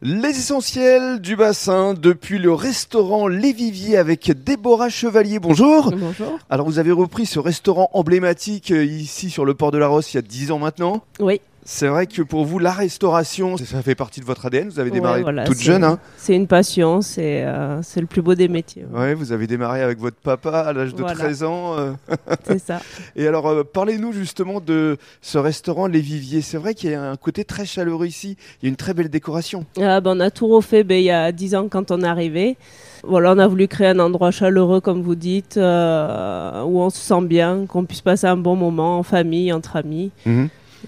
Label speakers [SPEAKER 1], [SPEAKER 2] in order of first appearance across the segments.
[SPEAKER 1] Les essentiels du bassin depuis le restaurant Les Viviers avec Déborah Chevalier. Bonjour.
[SPEAKER 2] Bonjour.
[SPEAKER 1] Alors vous avez repris ce restaurant emblématique euh, ici sur le port de la Rosse il y a 10 ans maintenant.
[SPEAKER 2] Oui.
[SPEAKER 1] C'est vrai que pour vous la restauration, ça- ça fait partie de votre ADN. Vous avez
[SPEAKER 2] Ouais,
[SPEAKER 1] démarré
[SPEAKER 2] voilà,
[SPEAKER 1] toute
[SPEAKER 2] c'est-
[SPEAKER 1] jeune. Hein.
[SPEAKER 2] C'est une passion, c'est euh, c'est le plus beau des métiers. ouais,
[SPEAKER 1] Ouais, vous avez démarré avec votre papa à l'âge de
[SPEAKER 2] Voilà.
[SPEAKER 1] 13 ans. euh.
[SPEAKER 2] c'est ça.
[SPEAKER 1] Et alors euh, parlez-nous justement de ce restaurant Les Viviers. C'est vrai qu'il y a un côté très chaleureux ici. Il y a une très belle décoration.
[SPEAKER 2] Ah, ben, on a tout refait ben, il y a 10 ans quand on est arrivé. Voilà, on a voulu créer un endroit chaleureux, comme vous dites, euh, où on se sent bien, qu'on puisse passer un bon moment en famille, entre amis.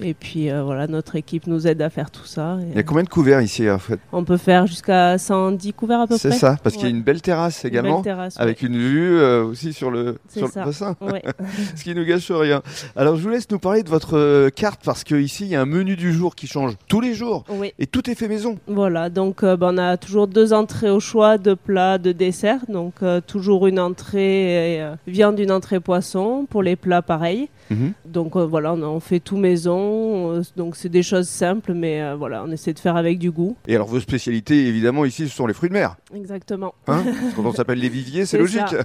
[SPEAKER 2] Et puis euh, voilà, notre équipe nous aide à faire tout ça. et,
[SPEAKER 1] Il y a combien de couverts ici en fait
[SPEAKER 2] on peut faire jusqu'à 110 couverts à peu près.
[SPEAKER 1] C'est ça, parce qu'il y a
[SPEAKER 2] Ouais.
[SPEAKER 1] une belle terrasse
[SPEAKER 2] Une belle
[SPEAKER 1] également.
[SPEAKER 2] terrasse, ouais.
[SPEAKER 1] Avec une vue euh, aussi sur le,
[SPEAKER 2] C'est
[SPEAKER 1] sur le
[SPEAKER 2] ça.
[SPEAKER 1] bassin,
[SPEAKER 2] Ouais.
[SPEAKER 1] ce qui ne gâche rien. Alors je vous laisse nous parler de votre euh, carte parce que ici il y a un menu du jour qui change tous les jours
[SPEAKER 2] Oui.
[SPEAKER 1] et tout est fait maison.
[SPEAKER 2] Voilà, donc euh, ben, on a toujours deux entrées au choix, deux plats, deux desserts. Donc euh, toujours une entrée euh, viande, une entrée poisson. Pour les plats, pareil. Donc euh, voilà, on, on fait tout maison. euh, donc c'est des choses simples, mais euh, voilà, on essaie de faire avec du goût.
[SPEAKER 1] Et alors vos spécialités évidemment ici ce sont les fruits de mer.
[SPEAKER 2] Exactement.
[SPEAKER 1] Hein parce qu'on s'appelle les viviers, c'est
[SPEAKER 2] ça.
[SPEAKER 1] logique.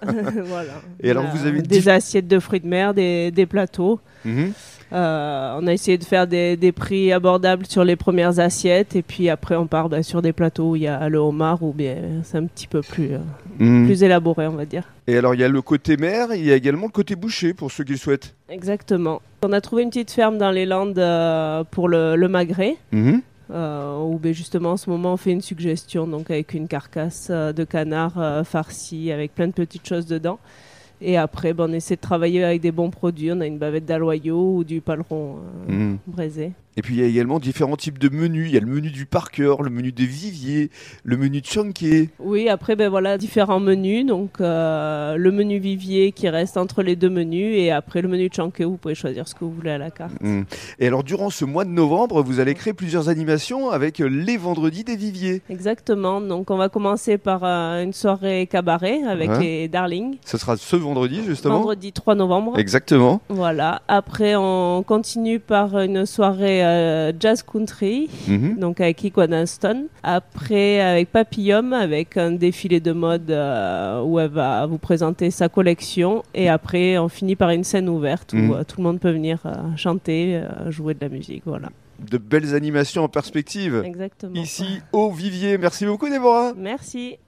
[SPEAKER 2] voilà.
[SPEAKER 1] Et alors,
[SPEAKER 2] On a
[SPEAKER 1] vous avez
[SPEAKER 2] des
[SPEAKER 1] diff-
[SPEAKER 2] assiettes de fruits de mer, des, des plateaux.
[SPEAKER 1] Mhm.
[SPEAKER 2] Euh, on a essayé de faire des, des prix abordables sur les premières assiettes, et puis après on part ben, sur des plateaux où il y a le homard, ou bien c'est un petit peu plus. euh,
[SPEAKER 1] Mhm.
[SPEAKER 2] plus élaboré, on va dire.
[SPEAKER 1] Et alors il y a le côté mer, et il y a également le côté boucher pour ceux qui le souhaitent.
[SPEAKER 2] Exactement. On a trouvé une petite ferme dans les Landes euh, pour le, le magret,
[SPEAKER 1] Mhm.
[SPEAKER 2] euh, où ben, justement en ce moment on fait une suggestion, donc avec une carcasse euh, de canard euh, farcie, avec plein de petites choses dedans. Et après, ben, on essaie de travailler avec des bons produits. On a une bavette d'aloyau ou du paleron euh,
[SPEAKER 1] Mhm.
[SPEAKER 2] braisé.
[SPEAKER 1] Et puis il y a également différents types de menus. Il y a le menu du parker, le menu des viviers, le menu de Chunky.
[SPEAKER 2] Oui, après, ben voilà, différents menus. Donc, euh, le menu vivier qui reste entre les deux menus, et après le menu chanke, où vous pouvez choisir ce que vous voulez à la carte.
[SPEAKER 1] Mm. Et alors, durant ce mois de novembre, vous allez créer plusieurs animations avec euh, les vendredis des viviers.
[SPEAKER 2] Exactement. Donc, on va commencer par euh, une soirée cabaret avec
[SPEAKER 1] Ouais.
[SPEAKER 2] les Darlings,
[SPEAKER 1] Ce sera ce vendredi, justement.
[SPEAKER 2] vendredi 3 novembre.
[SPEAKER 1] Exactement.
[SPEAKER 2] Voilà. Après, on continue par une soirée euh, jazz country,
[SPEAKER 1] Mhm.
[SPEAKER 2] donc avec Iguana Stone. Après, avec Papillum, avec un défilé de mode euh, où elle va vous présenter sa collection. Et après, on finit par une scène ouverte où
[SPEAKER 1] Mhm.
[SPEAKER 2] euh, tout le monde peut venir euh, chanter, euh, jouer de la musique. Voilà.
[SPEAKER 1] De belles animations en perspective.
[SPEAKER 2] Exactement.
[SPEAKER 1] Ici, au vivier. Merci beaucoup, Déborah.
[SPEAKER 2] Merci.